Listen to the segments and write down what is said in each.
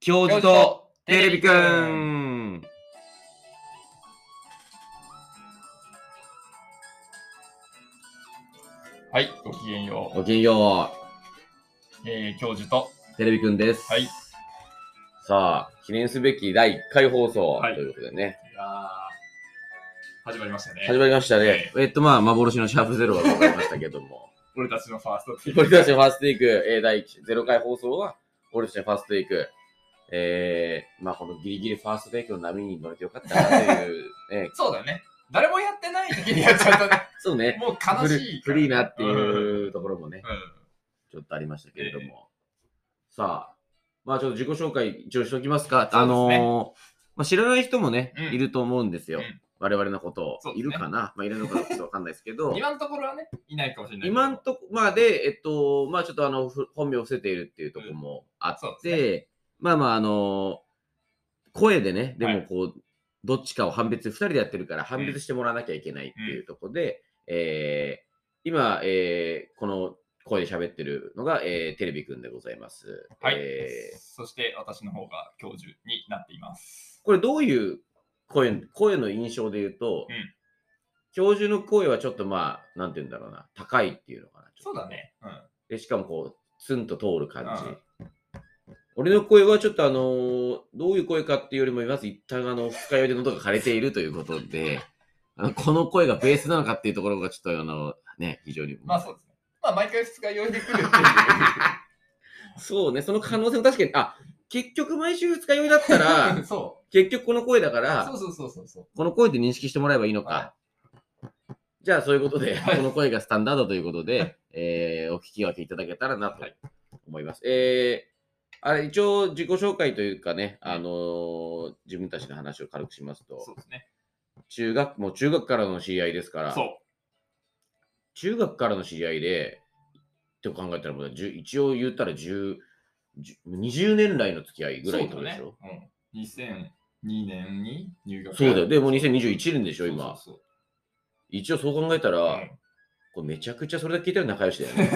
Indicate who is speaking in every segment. Speaker 1: 教授とテレビくん。
Speaker 2: はい、ごきげんよ
Speaker 1: ごきげんよ
Speaker 2: う。えー、教授と。
Speaker 1: う。テレビくんです。
Speaker 2: はい。い
Speaker 1: さあ、記念すべき第1回放送
Speaker 2: はい
Speaker 1: ということでね。
Speaker 2: やー始まりましたね。
Speaker 1: 始まりましたね
Speaker 2: ね。
Speaker 1: えっと、まあ、幻のシャープゼロが分かりましたけ ども。
Speaker 2: 俺たちのファーストテイク
Speaker 1: 俺たちのファーストテイク、えー第0回放送は、俺たちのファーストテイク。えー、まあ、このギリギリファーストテイクの波に乗れてよかったなという。えー
Speaker 2: そうだね。誰もやっ てない時にやっちゃったね。
Speaker 1: そうね。
Speaker 2: もう悲し
Speaker 1: フリ
Speaker 2: い
Speaker 1: ーフリーなって
Speaker 2: う。
Speaker 1: いうところもね、
Speaker 2: うん。
Speaker 1: ちょっとありましたけれども。さあ、まあちょっと自己紹介一応しときますか。あの
Speaker 2: そうです
Speaker 1: ーまあ、知らない人もね、
Speaker 2: うん
Speaker 1: いると思うんですよ。
Speaker 2: うん
Speaker 1: 我々のことを。
Speaker 2: そう
Speaker 1: い
Speaker 2: です
Speaker 1: る
Speaker 2: ね。
Speaker 1: かなまあいるのかどうかちょっとわかんないですけど
Speaker 2: 今のところはね、いないかもしれないけど。
Speaker 1: 今んとこまあで、えっと、まあちょっとあの、ふ本名を伏せているっていうところもあ
Speaker 2: そう
Speaker 1: っ
Speaker 2: ですね
Speaker 1: て、まあまああのー声でね、で
Speaker 2: は
Speaker 1: も
Speaker 2: い
Speaker 1: こう、どっちかを判別、二人でやってるから判別してもらわなきゃいけないっていうところで、えー今、えーこの声で喋ってるのが、えーテレビくんでございます。
Speaker 2: はい、
Speaker 1: えー
Speaker 2: そして私の方が教授になっています。
Speaker 1: これどういう声、声の印象で言うと、
Speaker 2: うん
Speaker 1: 教授の声はちょっとまあ、なんて言うんだろうな、高いっていうのかな。ちょ
Speaker 2: そ
Speaker 1: っと
Speaker 2: うだ。ね。うん。
Speaker 1: で、しかもこう、ツンと通る感じ。
Speaker 2: うん
Speaker 1: 俺の声はちょっとあのーどういう声かっていうよりも、まず一旦あの、二日酔いで喉が枯れているということで、あのこの声がベースなのかっていうところがちょっとあの、ね、非常に。
Speaker 2: まあそうですね。まあ毎回二日酔いで来る っていう。
Speaker 1: そうね、その可能性も確かに、あ、結局毎週二日酔いだったら、
Speaker 2: そ
Speaker 1: 結局この声だか
Speaker 2: う。
Speaker 1: ら、
Speaker 2: そうそうそうそうそう。
Speaker 1: この声で認識してもらえばいいのか
Speaker 2: は。
Speaker 1: じゃあ、そういうことで、
Speaker 2: はい
Speaker 1: この声がスタンダードということで、えーお聞き分けいただけたらなと
Speaker 2: はい
Speaker 1: 思います。えーあれ、一応、自己紹介というかね、あのー自分たちの話を軽くしますと
Speaker 2: そ、うですね。
Speaker 1: 中学、もう中学からの知り合いですから
Speaker 2: そ、う。
Speaker 1: 中学からの知り合いで、って考えたらもう、じゅ一応言ったら10、じゅ20年来の付き合いぐらいってことでしょ
Speaker 2: そうだね。うん。2002年に入学。
Speaker 1: そうだよ。で、もう2021年でしょ、今。
Speaker 2: そうそう
Speaker 1: 一応そう考えたら、
Speaker 2: そううん
Speaker 1: これめちゃくちゃそれだけ聞いたら仲 良しだよね。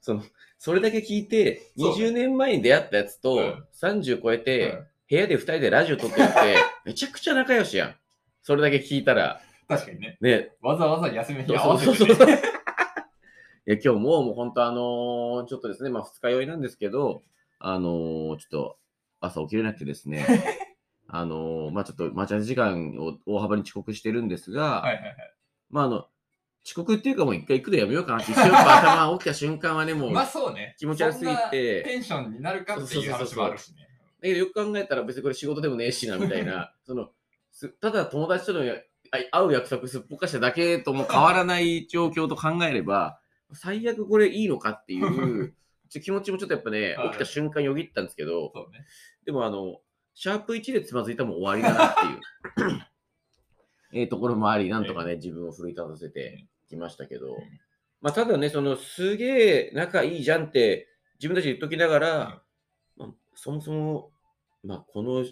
Speaker 1: そのそれだけ聞いて、
Speaker 2: そう
Speaker 1: 20年前に出会ったやつ
Speaker 2: う
Speaker 1: と
Speaker 2: ん
Speaker 1: 30超えて、
Speaker 2: うん
Speaker 1: 部屋で2人でラジオ撮ってるって、めちゃくちゃ仲良しやん。それだけ聞いたら、
Speaker 2: 確かにね。
Speaker 1: ね。
Speaker 2: わざわざ休みの日合
Speaker 1: そ
Speaker 2: わ
Speaker 1: う
Speaker 2: せ
Speaker 1: そう
Speaker 2: て
Speaker 1: そう
Speaker 2: ね、
Speaker 1: そう。いや、今日も、もう本当あのーちょっとですね、まあ二日酔いなんですけど、あのーちょっと朝起きれなくてです ね、あのーまあちょっと待ち合わせ時間を大幅に遅刻してるんですが、
Speaker 2: はいはいはい。
Speaker 1: まあ、あの、遅刻っていうかもう一回行くのやめようかなって、一瞬やっぱ頭起きた瞬間はね、もう、
Speaker 2: まあ
Speaker 1: だ
Speaker 2: そうね。
Speaker 1: 気持ち悪すぎて
Speaker 2: そんなテンションになるかっていう話もあるしね。
Speaker 1: けどよく考えたら別にこれ仕事でもねえしな、みたい な、その、すただ友達とのやあ会う約束すっぽかしただけとも変わらない状況と考えれば、最悪これいいのかって いう、ちょ気持ちもちょっとやっぱね
Speaker 2: はい、
Speaker 1: 起きた瞬間よぎったんですけど、
Speaker 2: そうね。
Speaker 1: でもあの、シャープ1でつまずいたらもう終わりだなっていう、ええところもあり、なんとかね、自分を奮い立たせてきましたけど、
Speaker 2: ん
Speaker 1: まあ、ただね、そのすげえ仲いいじゃんって自分たちで言っときながら、まあそもそも、まあ、この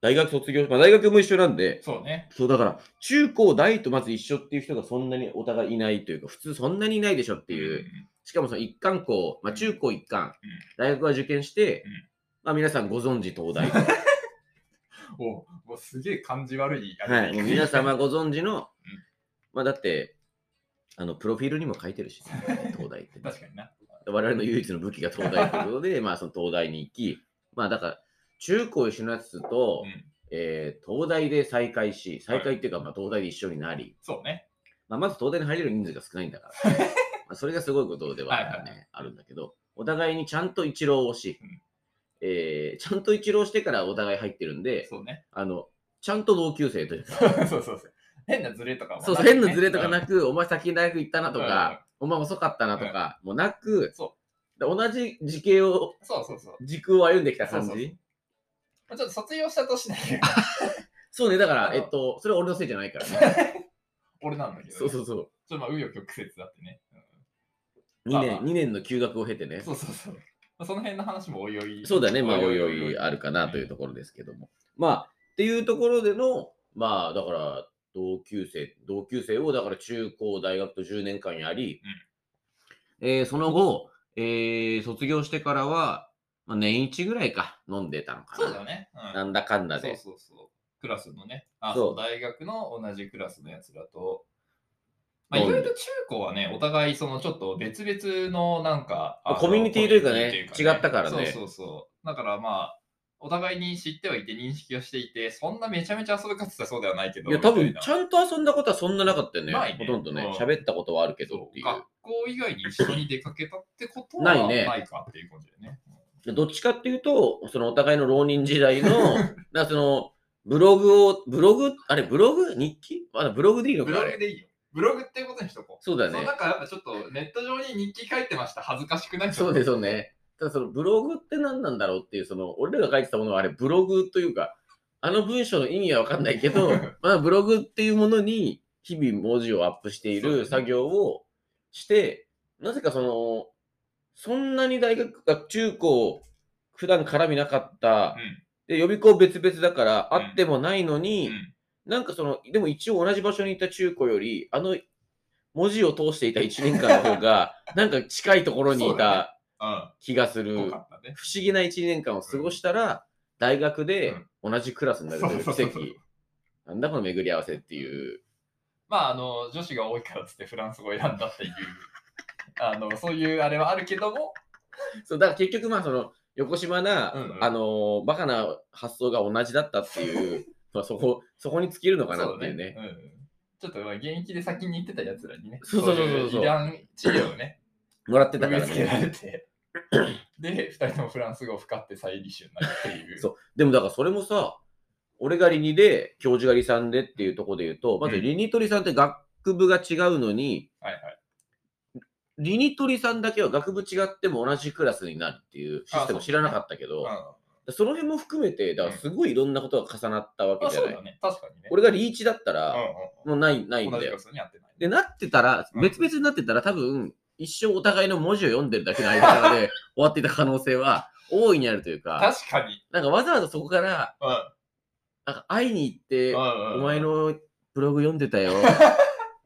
Speaker 1: 大学卒業、まあ、大学も一緒なんで、
Speaker 2: そうね。
Speaker 1: そうだから、中高大とまず一緒っていう人がそんなにお互いいないというか、普通そんなにいないでしょっていう、
Speaker 2: ん
Speaker 1: しかもその一貫校、まあ、
Speaker 2: うん
Speaker 1: 中高一貫、大学は受験して、
Speaker 2: うん
Speaker 1: まあ、皆さんご存知東 大と。
Speaker 2: おもうすげえ感じ悪い。
Speaker 1: はい、もう皆様ご存知の
Speaker 2: うん、
Speaker 1: まあだって、あの、プロフィールにも書いてるし、 東大って。
Speaker 2: 確かにな。
Speaker 1: 我々の唯一の武器が東大ということ で、まあその東大に行き、まあだから、中高一緒のやつと、
Speaker 2: うん。
Speaker 1: えー東大で再会し、再会っていうか、まあ東大で一緒になり、
Speaker 2: そうね。
Speaker 1: まあまず東大に入れる人数が少ないんだから、 まあそれがすごいことではね、
Speaker 2: はいはいは
Speaker 1: あるんだけど、お互いにちゃんと一浪をし、
Speaker 2: うん
Speaker 1: えーちゃんと一浪してからお互い入ってるんで、
Speaker 2: そうね。
Speaker 1: あの、ちゃんと同級生というか、
Speaker 2: そうそうそう。変なズレとかも
Speaker 1: そうそう、変なズレとか
Speaker 2: く
Speaker 1: なく、お前先に大学行ったなとか、お前遅かったなとか、もうなく、
Speaker 2: そ
Speaker 1: で同じ時系を、
Speaker 2: うんそうそうそう。
Speaker 1: 軸を歩んできた感じ。そ
Speaker 2: そううそうまあちょっと卒業した年 だけど、
Speaker 1: ね、だか
Speaker 2: あ
Speaker 1: ら、
Speaker 2: の
Speaker 1: えっと、それは俺のせいじゃないから ね。
Speaker 2: 俺なんだけどね、
Speaker 1: そうそうそう。
Speaker 2: ちょっとまあ、紆余曲折だってね。
Speaker 1: 2
Speaker 2: まあま
Speaker 1: 年、
Speaker 2: あ
Speaker 1: 二年の休学を経て
Speaker 2: う
Speaker 1: ね
Speaker 2: ん、。そうそうそう。まあ、その辺の話もおいおい。
Speaker 1: そうだね、まあ、おいおいあるかなというところですけども。まあ、っていうところでの、まあ、だから、同級生、同級生を、だから中高、大学と10年間やり、えーその後、えー卒業してからは、ままあ、年一ぐらいか、飲んでたのかな。
Speaker 2: そうだね。うん
Speaker 1: なんだかんだ
Speaker 2: そう
Speaker 1: で。
Speaker 2: そうそう。クラスのね、あ
Speaker 1: そう
Speaker 2: そう大学の同じクラスのやつらと、まあ、
Speaker 1: 飲
Speaker 2: 意
Speaker 1: んで
Speaker 2: 外と中高はね、お互いそのちょっと別々のなんか、あの
Speaker 1: コミュニティというかね
Speaker 2: コミュニティ
Speaker 1: 違ったからね
Speaker 2: そうそうそう。だからまあ、お互いに知ってはいて認識をしていて、そんなめちゃめちゃ遊ぶかって言ったらそうではないけど。
Speaker 1: いや、多
Speaker 2: み
Speaker 1: 分
Speaker 2: た、い
Speaker 1: ちゃんと遊んだことはそんななかったよね。
Speaker 2: ないね
Speaker 1: ほとんどね、
Speaker 2: うん
Speaker 1: 喋ったことはあるけ
Speaker 2: な
Speaker 1: ど
Speaker 2: そ
Speaker 1: って
Speaker 2: う
Speaker 1: い
Speaker 2: 学
Speaker 1: う。
Speaker 2: 校以外に一緒に出かけたってことは
Speaker 1: ないね
Speaker 2: ないかっていう感じだよね。
Speaker 1: どっちかっていうと、そのお互いの浪人時代 の、なその、ブログを、ブログ、あれ、ブログ日記あブログでいいの
Speaker 2: ブ
Speaker 1: かあ
Speaker 2: ログ
Speaker 1: れ。
Speaker 2: でいいよ。ブログっていうことにしとこう。
Speaker 1: そうだ
Speaker 2: そう
Speaker 1: ね
Speaker 2: な。んかやっぱちょっとネット上に日記書いてました。恥ずかしく ない
Speaker 1: そうですよね。ただそのブログって何なんだろうっていう、その、俺らが書いてたものはあれ、ブログというか、あの文章の意味はわかんないけ ど、まあ、ブログっていうものに、日々文字をアップしてい
Speaker 2: そうだ
Speaker 1: る
Speaker 2: ね
Speaker 1: 作業をして、なぜかその、そんなに大学が中高、普段絡みなかった、
Speaker 2: うん
Speaker 1: で、予備校別々だから、
Speaker 2: うん
Speaker 1: 会ってもないのに、
Speaker 2: うん
Speaker 1: なんかその、でも一応同じ場所にいた中高より、あの、文字を通していた1年間の方 が、なんか近いところにい
Speaker 2: そうだね
Speaker 1: た
Speaker 2: うん。
Speaker 1: 気がする、
Speaker 2: 多かったね。
Speaker 1: 不思議な1年間を過ごしたら、大学で同じクラスになるという
Speaker 2: そう
Speaker 1: 奇
Speaker 2: そう
Speaker 1: 跡
Speaker 2: そうそう。
Speaker 1: なんだこの巡り合わせっていう。
Speaker 2: まあ、あの、女子が多いからっつってフランス語を選んだっていう、 あの、そういうあれはあるけども、
Speaker 1: そうだから結局まあその横島な、
Speaker 2: うんうん
Speaker 1: あのーバカな発想が同じだったって いう、まあそこそこに尽きるのかな
Speaker 2: そ
Speaker 1: っ
Speaker 2: う
Speaker 1: て
Speaker 2: だ
Speaker 1: いうね。
Speaker 2: ね。うんちょっとまあ現役で先に行ってたやつらにね、
Speaker 1: そうそうそうそう
Speaker 2: いイラン治療を ね、
Speaker 1: もらってたか
Speaker 2: 植え
Speaker 1: ら
Speaker 2: 付けら
Speaker 1: ね。
Speaker 2: れて、で、二人ともフランス語を深って再履修になるっていう。
Speaker 1: そうでもだからそれもさ俺が理二で教授が理三でっていうところで言うとまず
Speaker 2: うん
Speaker 1: 理二と理三って学部が違うのに
Speaker 2: はいはい。
Speaker 1: 理二と理三だけは学部違っても同じクラスになるっていうシステム知らなかったけど。その辺も含めて、だからすごいいろんなことが重なったわ
Speaker 2: うん、
Speaker 1: け
Speaker 2: あ
Speaker 1: じゃ
Speaker 2: そ
Speaker 1: な
Speaker 2: う
Speaker 1: い。
Speaker 2: だね。確かにね。
Speaker 1: 俺がリーチだった
Speaker 2: うん
Speaker 1: ら、
Speaker 2: うん
Speaker 1: もうない、ないん
Speaker 2: 同じ
Speaker 1: だよ
Speaker 2: クラ。スにやってない。
Speaker 1: で、なってたら、
Speaker 2: うん
Speaker 1: 別々になってたら、多分、一生お互いの文字を読んでるだけの間柄 で終わっていた可能性は大いにあるというか、
Speaker 2: 確かに。
Speaker 1: なんかわざわざそこから、
Speaker 2: うん
Speaker 1: なんか会いに行って、
Speaker 2: うんうん
Speaker 1: お前のブログ読んでた よ。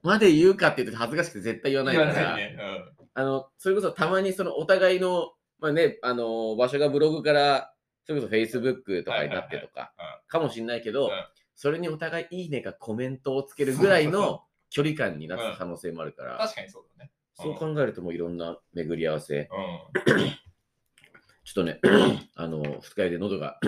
Speaker 1: まで言うかって言って恥ずかしくて絶対言わない
Speaker 2: 言
Speaker 1: か
Speaker 2: わ
Speaker 1: ら、
Speaker 2: ないね。うん
Speaker 1: あの、それこそたまにそのお互いの、まあね、あの、場所がブログから、それこそ Facebook とかになってとか
Speaker 2: はいはいはい、
Speaker 1: かもしんないけど、
Speaker 2: うん
Speaker 1: それにお互いいいねかコメントをつけるぐらい
Speaker 2: そうそう
Speaker 1: の距離感になった可能性もあるから、
Speaker 2: 確かにそうだね。
Speaker 1: そう考えるともういろんな巡り合わせ。
Speaker 2: うん。
Speaker 1: ちょっとね、 あの、二日酔いで喉 が、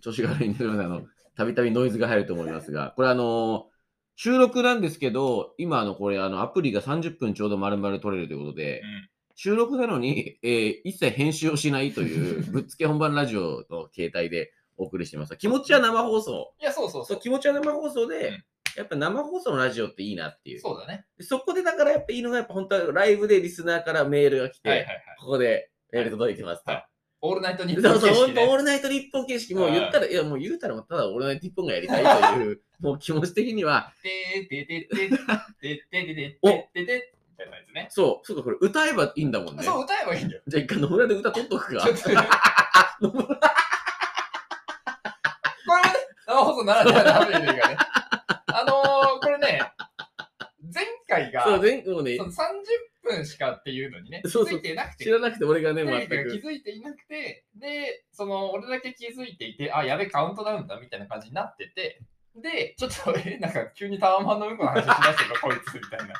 Speaker 1: 調子が悪いんで、あの、たびたびノイズが入ると思いますが、これあの、収録なんですけど、今あの、これあの、アプリが30分ちょうど丸々取れるということで、
Speaker 2: うん
Speaker 1: 収録なのに、えー一切編集をしないという、ぶっつけ本番ラジオの携帯でお送りしてます。気持ちは生放送。
Speaker 2: いや、そうそう
Speaker 1: そ
Speaker 2: そ
Speaker 1: うう、。気持ちは生放送で、
Speaker 2: うん
Speaker 1: やっぱ生放送のラジオっていいなっていう。
Speaker 2: そうだね。
Speaker 1: でそこでだからやっぱいいのが、やっぱ本当はライブでリスナーからメールが来て、
Speaker 2: はいはいはい。
Speaker 1: ここでメール届いてますと。
Speaker 2: はいオールナイトニッ
Speaker 1: そう
Speaker 2: ポン
Speaker 1: そう、
Speaker 2: 形
Speaker 1: 本
Speaker 2: 式
Speaker 1: 当オー
Speaker 2: ね。
Speaker 1: ルナイト日本形式、もう言ったら、いや、もう言うたら、ただオールナイト日本がやりたいと いう、もう気持ち的には、
Speaker 2: てててててててててててみたいなやつね。
Speaker 1: そう、そうか、これ歌えばいいんだもんね。じゃ
Speaker 2: そう、歌えばいいんだよ。
Speaker 1: あ一回野村で歌取っとく
Speaker 2: ちょ
Speaker 1: か
Speaker 2: っ。と。これはね、生放送ならではのアプリがね。あのー、これね、前回が、
Speaker 1: そう、
Speaker 2: そ
Speaker 1: 全国ね、
Speaker 2: の30分しかっていうのにね、気
Speaker 1: そうそ
Speaker 2: づ
Speaker 1: う
Speaker 2: いてなくて
Speaker 1: 知、らなくて俺がね、
Speaker 2: テレ
Speaker 1: 全
Speaker 2: ビが気
Speaker 1: く。
Speaker 2: づいていなくて、で、その、俺だけ気づいていて、あ、やべ、カウントダウンだみたいな感じになってて、で、ちょっと、 え、なんか急にタワマンのうんこの話しだ してるの、こいつ、みたいな。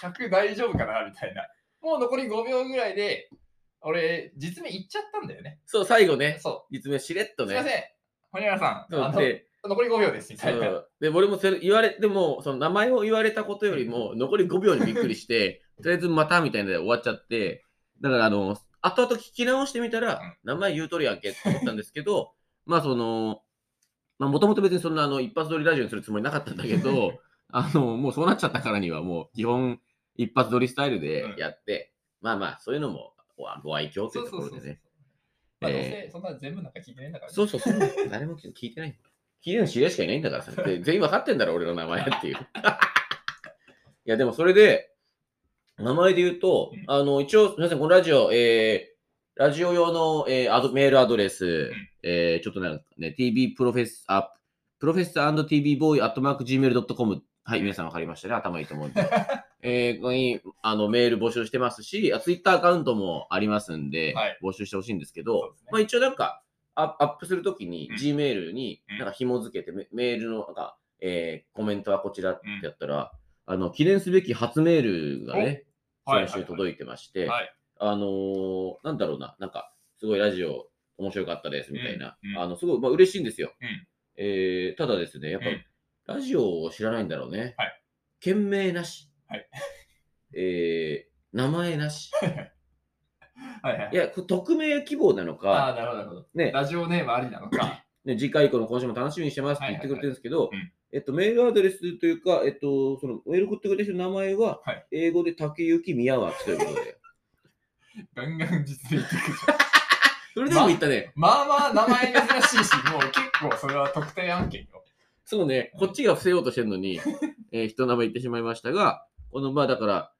Speaker 2: 尺大丈夫かなみたいな。もう残り5秒ぐらいで、俺、実名言っちゃったんだよね。
Speaker 1: そう、最後ね、
Speaker 2: そ
Speaker 1: 実名しれっと
Speaker 2: う。すいま
Speaker 1: ね。
Speaker 2: せん。ホニャラさん、
Speaker 1: そ
Speaker 2: あ
Speaker 1: う
Speaker 2: の
Speaker 1: で、
Speaker 2: 残り5秒です、みたいな。
Speaker 1: そうで、俺もそれ言われても、その名前を言われたことよりも、残り5秒にびっくり して、とりあえずまたみたいなので終わっちゃって、だから、あの、後々聞き直してみたら、
Speaker 2: うん
Speaker 1: 名前言うとるやんけって思ったんですけど、 まあ、その、まあ、もともと別にそんな、あの、一発撮りラジオにするつもりなかったんだけど、 あの、もうそうなっちゃったからには、もう、基本、一発撮りスタイルでやって、まあまあ、そういうのも、ごご愛嬌と
Speaker 2: そ
Speaker 1: いう
Speaker 2: う
Speaker 1: と
Speaker 2: そう
Speaker 1: こ
Speaker 2: そ
Speaker 1: ろ
Speaker 2: うそ
Speaker 1: で
Speaker 2: う。
Speaker 1: ね。
Speaker 2: まあ、
Speaker 1: え
Speaker 2: どう
Speaker 1: ー
Speaker 2: せ、そんな全部なんか聞いてないんだからね、
Speaker 1: そうそう、そんなの 誰も聞いてない。聞いてるの知り合いしかいないんだからさ。で全員分かってんだろ、俺の名前っていう。い や、でもそれで、名前で言うと
Speaker 2: うん、
Speaker 1: あの、一応、すみません、このラジオ、えー、ラジオ用の、えー、アドメールアドレス
Speaker 2: ん、
Speaker 1: えー、ちょっとなんかね、tb プロフェス、あ、プロフェッサー &tbboy.gmail.com はい、皆さん分かりましたね。頭いいと思うん で。えー、ここにあのメール募集してますし、ツイッターアカウントもありますんで、
Speaker 2: はい
Speaker 1: 募集してほしいんですけど、
Speaker 2: そうですね
Speaker 1: まあ、一応なんか、アアップするときに
Speaker 2: うん
Speaker 1: Gmail に
Speaker 2: うん
Speaker 1: なんか紐付けて、メメールのなんか、えーコメントはこちらってやったら、あの記念すべき初メールがね、
Speaker 2: はい
Speaker 1: 先週届いてまして、
Speaker 2: はい
Speaker 1: あのーなんだろうな、なんか、すごいラジオ面白かったですみたいな、
Speaker 2: うんうん
Speaker 1: あのすごい、まあ、嬉しいんですよ。
Speaker 2: うん
Speaker 1: えーただですね、やっぱ、
Speaker 2: うん
Speaker 1: ラジオを知らないんだろうね。
Speaker 2: はい
Speaker 1: 件名なし。
Speaker 2: はい
Speaker 1: えー名前な し。
Speaker 2: はいはいはいい。
Speaker 1: や、こ匿名希望なの
Speaker 2: ああ、
Speaker 1: か、
Speaker 2: なるほどなるほど。
Speaker 1: ね
Speaker 2: ラジオネームありなのか。
Speaker 1: ね、次回以降の今週も楽しみにしてますって言ってくれてるんですけど、
Speaker 2: はいはいはい
Speaker 1: えっと、メールアドレスというか、えっと、そのメール送ってくれた人の名前は、
Speaker 2: はい
Speaker 1: 英語で竹雪宮脇ということで。
Speaker 2: ガンガン実名言ってくるじゃん
Speaker 1: それでも言ったね、
Speaker 2: まあまあ名前珍しい し、もう結構それは特定案件よ。
Speaker 1: そうね、こっちが伏せようとしてるのに、えー人の名前言ってしまいましたが、この、まあだから、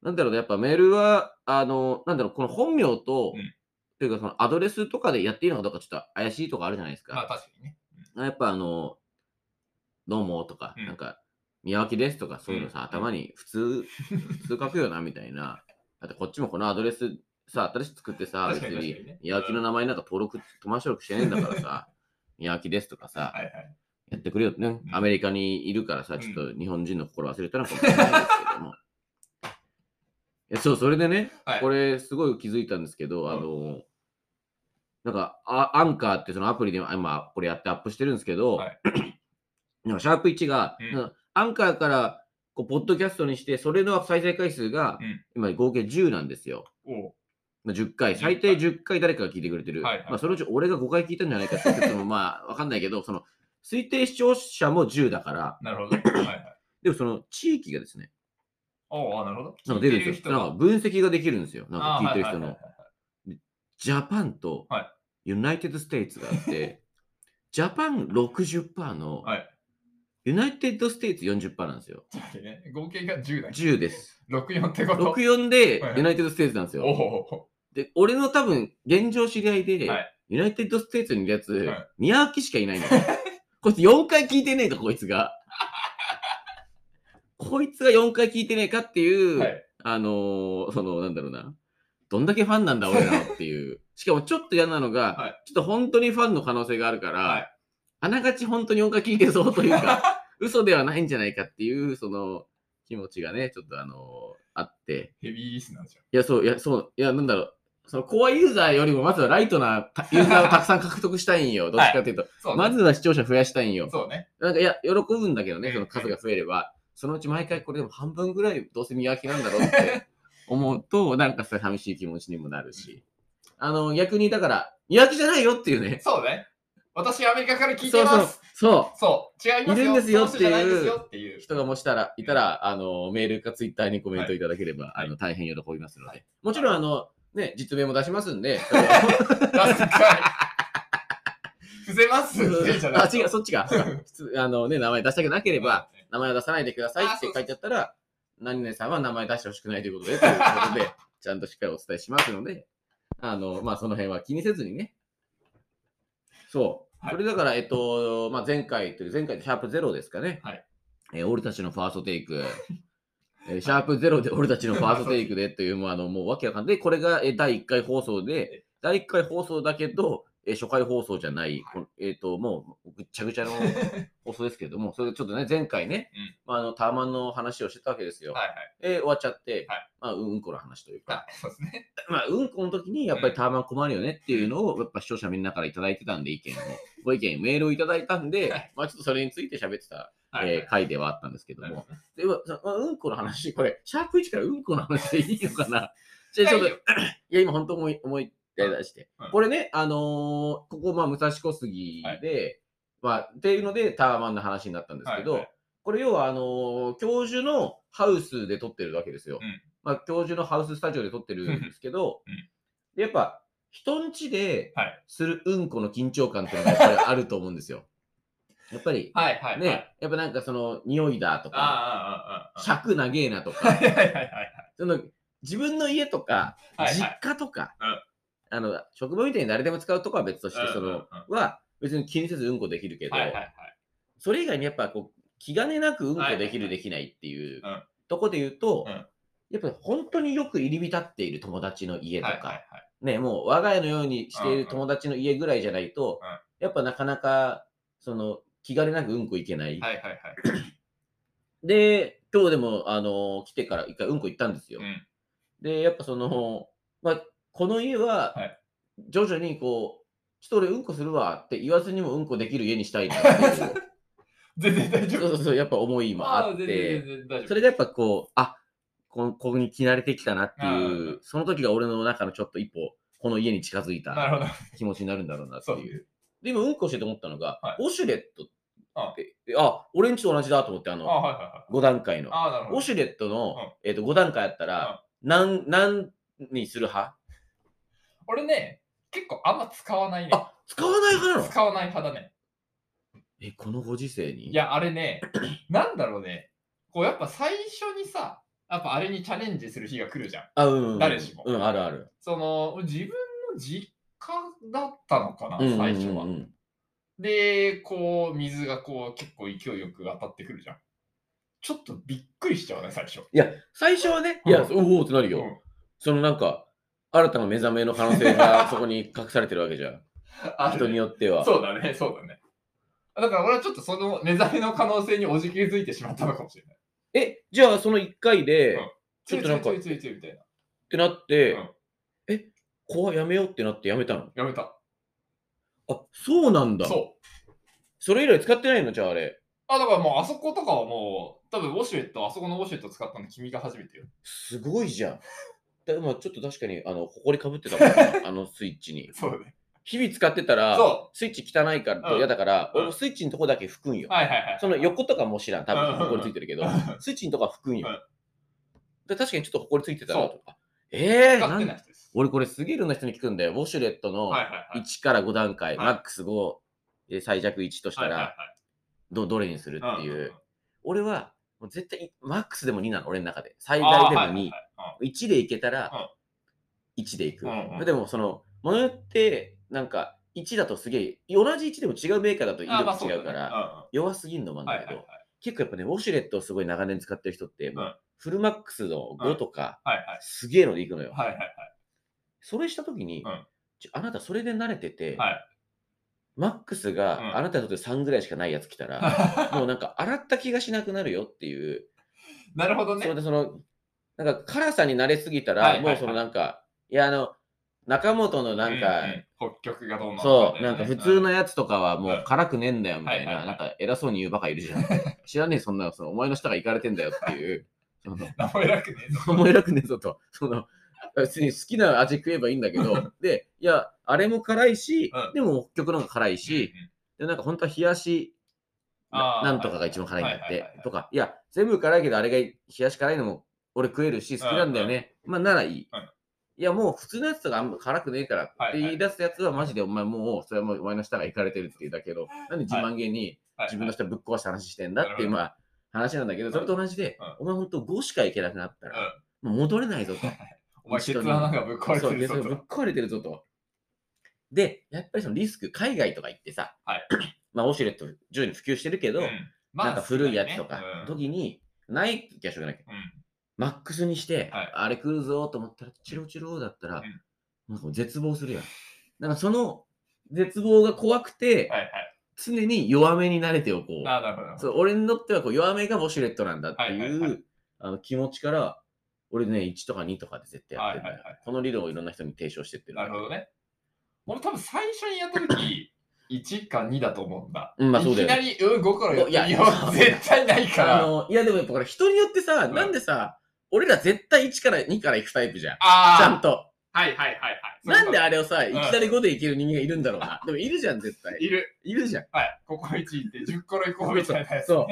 Speaker 1: なんだろうね、やっぱメールは、あの、なんだろう、この本名と、
Speaker 2: うん
Speaker 1: というかそのアドレスとかでやっていいのかどうかちょっと怪しいとかあるじゃないですか。
Speaker 2: まあ確かにね。
Speaker 1: やっぱあの、どうもとか、
Speaker 2: うん
Speaker 1: なんか、宮脇ですとか、そういうのさ、
Speaker 2: うん
Speaker 1: 頭に普通、普通書くよな、みたいな。だってこっちもこのアドレスさ、新しく作ってさ、
Speaker 2: 確
Speaker 1: 別
Speaker 2: かに確かに
Speaker 1: に
Speaker 2: ね
Speaker 1: 宮脇の名前なんか登録、友達登録してねえんだからさ、宮脇ですとかさ、
Speaker 2: はいはい。
Speaker 1: やってくれよってね、
Speaker 2: うん
Speaker 1: アメリカにいるからさ、
Speaker 2: ん
Speaker 1: ちょっと日本人の心忘れたのかもしれないですけど も。いやそう、それでね、
Speaker 2: はい
Speaker 1: これすごい気づいたんですけど、
Speaker 2: ん
Speaker 1: あの、なんかあ、アンカーってそのアプリで今これやってアップしてるんですけど、
Speaker 2: はい
Speaker 1: なんかシャープ1が、
Speaker 2: うん
Speaker 1: なんかアンカーからこうポッドキャストにして、それの再生回数が、
Speaker 2: うん
Speaker 1: 今合計10なんですよ。
Speaker 2: おう
Speaker 1: まあ10回、
Speaker 2: 10
Speaker 1: 最低10回誰かが聞いてくれてる。
Speaker 2: はいはい
Speaker 1: まあ、そのうち俺が5回聞いたんじゃないかって説もまあ、わか んないけど、その、推定視聴者も10だから、
Speaker 2: なる ほどね。はいはい。
Speaker 1: でもその地域がですね、
Speaker 2: おうあなるほど。
Speaker 1: なんか出るんですよ。
Speaker 2: 聞いて
Speaker 1: な
Speaker 2: 人
Speaker 1: ん
Speaker 2: が
Speaker 1: か分析ができるんですよ。なん
Speaker 2: あ
Speaker 1: か
Speaker 2: ー
Speaker 1: 聞いてる人
Speaker 2: はい
Speaker 1: の
Speaker 2: はい。はい
Speaker 1: ジャパンと
Speaker 2: はい、
Speaker 1: ユナイテッド・ステイツがあ って、ジャパン60%の
Speaker 2: はい、
Speaker 1: ユナイテッド・ステイツ40%なんですよ。
Speaker 2: ちょっと待ってね合計が10だ。
Speaker 1: 10です。
Speaker 2: 64って こと。
Speaker 1: 64で
Speaker 2: はいはい
Speaker 1: ユナイテッド・ステイツなんですよ。
Speaker 2: おお。
Speaker 1: で、俺の多分、現状知り合いで、
Speaker 2: はい
Speaker 1: ユナイテッド・ステーツにいるやつ、
Speaker 2: はい
Speaker 1: 宮脇しかいないのよ。 こいつ4回聞いてねえか、こいつが。 こいつが4回聞いてねえかっていう、
Speaker 2: はい
Speaker 1: あのーその、なんだろうな。どんだけファンなんだ、俺らのっていう。しかもちょっと嫌なのが、
Speaker 2: は
Speaker 1: ちょっと本当にファンの可能性があるから、
Speaker 2: はい
Speaker 1: あながち本当に4回聞いてそうという か、嘘ではないんじゃないかっていう、その、気持ちがね、ちょっとあのーあって。
Speaker 2: ヘビーリスナーじ
Speaker 1: いや、そう、いや、そう、いや、なんだろう。そのコアユーザーよりも、まずはライトな たユーザーをたくさん獲得したいんよ。どっちかっていうと。
Speaker 2: ゃん。そうね。
Speaker 1: まずは視聴者増やしたいんよ。
Speaker 2: そうね。
Speaker 1: なんか、いや、喜ぶんだけど
Speaker 2: う
Speaker 1: ね、
Speaker 2: ん
Speaker 1: その数が増えれば。そのうち毎回これでも半分ぐらいどうせ見分けなんだろうって思うと、なんかさ、寂しい気持ちにもなるし。あの、逆に、だから、見分けじゃないよっていうね。
Speaker 2: そうね。私、アメリカから聞い
Speaker 1: そ
Speaker 2: て
Speaker 1: う
Speaker 2: ま
Speaker 1: そう
Speaker 2: す。。
Speaker 1: そ
Speaker 2: そう。違いますよ。
Speaker 1: いるんですよっていう。
Speaker 2: その人じゃないですよっていうう。
Speaker 1: 人がもしたら、いたら、あの、メールかツイッターにコメント
Speaker 2: はい
Speaker 1: ただければ、
Speaker 2: はい
Speaker 1: あの、大変喜びますので。
Speaker 2: は
Speaker 1: もちろん、あの、ね、実名も出しますん で、
Speaker 2: ラスト回。 伏せますってじゃな
Speaker 1: あ
Speaker 2: い。
Speaker 1: 違う、そっちか。普通あのね、名前出したくなければ、
Speaker 2: うん
Speaker 1: 名前を出さないでくださいって
Speaker 2: あそうそう
Speaker 1: 書いてあったら、何々さんは名前出してほしくないということで、ということ で、ちゃんとしっかりお伝えしますので、あの、まあ、その辺は気にせずにね。そう。
Speaker 2: はい
Speaker 1: それだから、えっと、まあ、前回という、前回、シャープゼロですかね。
Speaker 2: はい
Speaker 1: えー俺たちのファーストテイク。えーシャープゼロで俺たちのファーストテイクでという、もう、あの、もうわけわかんない。で、これがえー第1回放送で、第1回放送だけど、えー初回放送じゃない、このえっ、と、もう、ぐっちゃぐちゃの放送ですけれども、それでちょっとね、前回ね、
Speaker 2: うん
Speaker 1: まあ、あの、タワマンの話をしてたわけですよ。
Speaker 2: はい
Speaker 1: え終わっちゃって、
Speaker 2: はい
Speaker 1: まあ、うんこの話という
Speaker 2: はい
Speaker 1: か、。
Speaker 2: あそうですね。
Speaker 1: まあ、うんこの時にやっぱりタワマン困るよねっていうのを、やっぱ視聴者みんなからいただいてたんで、意見を、ご意見、メールをいただいたんで、
Speaker 2: はい
Speaker 1: まあ、ちょっとそれについて喋ってた、
Speaker 2: はい
Speaker 1: えー回ではあったんですけど
Speaker 2: なる
Speaker 1: も
Speaker 2: ほ、
Speaker 1: でまあまあうんこの話、これ、シャープ1からうんこの話でいいのか なじゃあちょっと、
Speaker 2: はいいよ
Speaker 1: や、今本当思い、思い出して
Speaker 2: うん。
Speaker 1: これね、あのーここ、まあ、武蔵小杉で、まあ、っていうので、タワーマンの話になったんですけど、
Speaker 2: はいはい
Speaker 1: これ要は、あのー教授のハウスで撮ってるわけですよ。
Speaker 2: うん
Speaker 1: まあ、教授のハウススタジオで撮ってるんですけど、
Speaker 2: うん
Speaker 1: でやっぱ、人んちで
Speaker 2: はい
Speaker 1: するうんこの緊張感っていうのがやっぱりあると思うんですよ。やっぱり、
Speaker 2: はいはいはい。
Speaker 1: ね、やっぱなんかその、匂いだとか、
Speaker 2: ああああああ。
Speaker 1: 尺長えなと
Speaker 2: は
Speaker 1: か、
Speaker 2: いはいはいはい。
Speaker 1: その自分の家とか、
Speaker 2: はいはい
Speaker 1: 実家とか、
Speaker 2: うん
Speaker 1: あの職場みたいに誰でも使うとかは別として、
Speaker 2: うんうん
Speaker 1: そのは別に気にせずうんこできるけど、
Speaker 2: はいはいはい。
Speaker 1: それ以外にやっぱこう気兼ねなくうんこでき
Speaker 2: は
Speaker 1: る
Speaker 2: い
Speaker 1: できないっていう
Speaker 2: うん
Speaker 1: とこで言うと、
Speaker 2: うん
Speaker 1: やっぱ本当によく入り浸っている友達の家とか、
Speaker 2: はいはいはい。
Speaker 1: ね、もう我が家のようにしている友達の家ぐらいじゃないと、
Speaker 2: うんうん
Speaker 1: やっぱなかなかその気兼ねなくうんこ行けない。
Speaker 2: はいはいはい。
Speaker 1: で、今日でも、あの来てから一回うんこ行ったんですよ。
Speaker 2: うん
Speaker 1: で、やっぱその、まあ、この家は
Speaker 2: はい
Speaker 1: 徐々にこう、ちょっと俺うんこするわって言わずにもうんこできる家にしたいなって いう
Speaker 2: 全然大丈
Speaker 1: そう
Speaker 2: 夫。
Speaker 1: そうそう、やっぱ思いもあっ
Speaker 2: 全然全
Speaker 1: て、
Speaker 2: 然大丈夫。
Speaker 1: それでやっぱこう、あこここに着慣れてきたなって
Speaker 2: うんう
Speaker 1: いう、その時が俺の中のちょっと一歩、この家に近づい
Speaker 2: な
Speaker 1: た
Speaker 2: るほど。
Speaker 1: 気持ちになるんだろうなって
Speaker 2: そう
Speaker 1: いう。で、今、うんこしてて思ったのが、
Speaker 2: は
Speaker 1: オシュレットって、あ俺んちと同じだと思って、あ
Speaker 2: あ、
Speaker 1: の、
Speaker 2: はいはいはい。
Speaker 1: 5段階の。
Speaker 2: ああ、なるほど。
Speaker 1: オシュレットの、
Speaker 2: うん
Speaker 1: えっと5段階あったら、何、何にする派
Speaker 2: 俺ね、結構あんま使わないね。
Speaker 1: あ使わない派なの
Speaker 2: 使わない派だね。
Speaker 1: え、このご時世に
Speaker 2: いや、あれね、 なんだろうね。こう、やっぱ最初にさ、やっぱあれにチャレンジする日が来るじゃん。
Speaker 1: あ、うんうん、うん。
Speaker 2: 誰しも
Speaker 1: うん、あるある。
Speaker 2: その、自分の実家だったのかな、
Speaker 1: うんうんうん
Speaker 2: 最初は。
Speaker 1: うん
Speaker 2: で、こう、水がこう、結構勢いよく当たってくるじゃん。ちょっとびっくりしちゃうね、最初。
Speaker 1: いや、最初はね、
Speaker 2: うん
Speaker 1: いや、おおってなる
Speaker 2: う
Speaker 1: よ。
Speaker 2: ん
Speaker 1: そのなんか、新たな目覚めの可能性 がそこに隠されてるわけじゃん。
Speaker 2: あ
Speaker 1: 人によっては。
Speaker 2: そうだね、そうだね。だから俺はちょっとその目覚めの可能性におじけづいてしまったのかもしれない。
Speaker 1: え、じゃあその1回で、
Speaker 2: うん
Speaker 1: っちょっとなんか
Speaker 2: ついついついついみたいな。
Speaker 1: てなって、
Speaker 2: うん
Speaker 1: え、怖いやめようってなってやめたの
Speaker 2: やめた。
Speaker 1: あ、そうなんだ。
Speaker 2: そう。
Speaker 1: それ以来使ってないのじゃああれ。
Speaker 2: あ、だからもうあそことかはもう、多分ウォシュレット、あそこのウォシュレット使ったの君が初めてよ。
Speaker 1: すごいじゃん。だまあちょっと確かに、あの、ほこりかぶってたもん なあのスイッチに。
Speaker 2: そうだね。
Speaker 1: 日々使ってたら
Speaker 2: そ、
Speaker 1: スイッチ汚いから
Speaker 2: うん
Speaker 1: 嫌だから、
Speaker 2: うん
Speaker 1: 俺もスイッチのとこだけ拭くんよ。
Speaker 2: はいはいはい。
Speaker 1: その横とかも知らん。多
Speaker 2: うんうんう
Speaker 1: 分、
Speaker 2: ん
Speaker 1: ほこりついてるけど
Speaker 2: うん、
Speaker 1: スイッチのとこは拭くんよ
Speaker 2: うん。
Speaker 1: で確かにちょっとほこりついてた
Speaker 2: そ
Speaker 1: ら
Speaker 2: う
Speaker 1: とか。えー、
Speaker 2: 使
Speaker 1: な
Speaker 2: って
Speaker 1: ん
Speaker 2: ない人です。
Speaker 1: 俺これすげえいろんな人に聞くんだよ。ウォシュレットの
Speaker 2: はいはいはい。
Speaker 1: 1から5段階、
Speaker 2: はい
Speaker 1: マックス5、えー最弱1とした
Speaker 2: はいはい
Speaker 1: ら、どどれにする
Speaker 2: はい
Speaker 1: ってい
Speaker 2: んんん
Speaker 1: う。俺は、もう絶対、マックスでも2なの、俺の中で。最
Speaker 2: あ
Speaker 1: 大
Speaker 2: ー
Speaker 1: でも
Speaker 2: はいはい
Speaker 1: 2
Speaker 2: は。
Speaker 1: 1でいけたら、1でいく。
Speaker 2: うんうん
Speaker 1: でも、その、ものによって、なんか、1だとすげえ、同じ1でも違うメーカーだと
Speaker 2: いあーまあ
Speaker 1: 色
Speaker 2: そ
Speaker 1: が違う
Speaker 2: うだね
Speaker 1: から、
Speaker 2: う
Speaker 1: 弱すぎんのもあ
Speaker 2: んうん
Speaker 1: んだ
Speaker 2: はい
Speaker 1: け
Speaker 2: はいはい
Speaker 1: ど、結構やっぱね、ウォシュレットをすごい長年使ってる人って、もう
Speaker 2: うん
Speaker 1: フルマックスの5とか、
Speaker 2: はいはい
Speaker 1: すげえのでいくのよ。
Speaker 2: はいはいはい
Speaker 1: それしたときに、
Speaker 2: うん
Speaker 1: ちょあなたそれで慣れてて、
Speaker 2: はい
Speaker 1: マックス
Speaker 2: うん
Speaker 1: があなたにとって3ぐらいしかないやつ来たら、 もうなんか洗った気がしなくなるよっていう、
Speaker 2: なるほど
Speaker 1: そ
Speaker 2: ね。
Speaker 1: れでその、なんか辛さに慣れすぎたら、
Speaker 2: はいはいはい
Speaker 1: もうそのなんか、いや、あの、中本のなんか、
Speaker 2: うう北極がどうなの
Speaker 1: そう、なんか普通
Speaker 2: の
Speaker 1: のやつとかはも
Speaker 2: う
Speaker 1: うん辛くねえんだよみたい
Speaker 2: はいは
Speaker 1: な、な
Speaker 2: いは
Speaker 1: ん
Speaker 2: い
Speaker 1: か偉そうに言うバカいる じゃん。知らねえ、そんなの、そのお前の下が行かれてんだよっていう、その、
Speaker 2: 名前楽ねえぞ
Speaker 1: お前偉くねえぞと、その、別に好きな味食えばいいんだけ ど、で、いや、あれも辛いし、
Speaker 2: うん
Speaker 1: でも北極の方が辛いし、
Speaker 2: うんうん
Speaker 1: で、なんか本当は冷やしな
Speaker 2: あー
Speaker 1: なんとかが一番辛いんだっ
Speaker 2: はいはい
Speaker 1: て
Speaker 2: はいはい
Speaker 1: とか、いや、全部辛いけどあれが冷やし辛いのも俺食えるし好きなんだよね。まあならいい。
Speaker 2: うん
Speaker 1: いや、もう普通のやつとかあんま辛くねえから
Speaker 2: はい
Speaker 1: っ
Speaker 2: は
Speaker 1: て
Speaker 2: い
Speaker 1: 言い出すやつはマジでお前もうそれはもうお前の舌がいかれてるっていうだけど、なんで自慢げに
Speaker 2: はい
Speaker 1: 自分の舌ぶっ壊した話してんだっていう
Speaker 2: な
Speaker 1: まあ話なんだけど、それと同じで、お前ほんと5しかいけなくなったら、もう戻れないぞと。
Speaker 2: お前、ケツ穴がぶっ壊れて
Speaker 1: そ
Speaker 2: るぞ
Speaker 1: う
Speaker 2: と
Speaker 1: いやそれぶっ壊れてるぞと。で、やっぱりそのリスク、海外とか行ってさ、
Speaker 2: はい
Speaker 1: まあオシュレット徐々に普及してるけど、
Speaker 2: うんまあ
Speaker 1: なんか古いやつとか
Speaker 2: そうだよね
Speaker 1: 時に、ないって気がしょうがないけど、マックスにして、
Speaker 2: はい
Speaker 1: あれ来るぞと思ったら、チロチロだったら、
Speaker 2: うん
Speaker 1: なんかもう絶望するやん。なんかその絶望が怖くて
Speaker 2: うん、はいはい。
Speaker 1: 常に弱めに慣れておこう。
Speaker 2: あーなるほどなるほ
Speaker 1: そ
Speaker 2: ど。
Speaker 1: う俺にとってはこう弱めがウォシュレットなんだっていう、
Speaker 2: はいはいは
Speaker 1: あの気持ちから、俺ね、1とか2とかで絶対やってるんだよ、
Speaker 2: はいはいはい
Speaker 1: この理論をいろんな人に提唱してってる。
Speaker 2: なるほどね。俺、多分最初にやった時1か2だと思うんだ。
Speaker 1: うんまあそうだよね
Speaker 2: いきなり、うん、5からやって
Speaker 1: いや
Speaker 2: みよう絶対ないか
Speaker 1: あ
Speaker 2: ら。
Speaker 1: のいや、でもやっぱこれ人によってさ、
Speaker 2: うん
Speaker 1: なんでさ、俺ら絶対1から2から行くタイプじゃん。ちゃん
Speaker 2: あ
Speaker 1: と。
Speaker 2: あ、はいはいはいはい。
Speaker 1: なんで
Speaker 2: あ
Speaker 1: あれをさ、い
Speaker 2: ん
Speaker 1: きなり5でいける人間がいるんだろうな。でもいるじゃん、絶対。
Speaker 2: いる。
Speaker 1: いるじゃん。
Speaker 2: はい。ここ1行って10から行こうみたい なやつ、ね。
Speaker 1: そう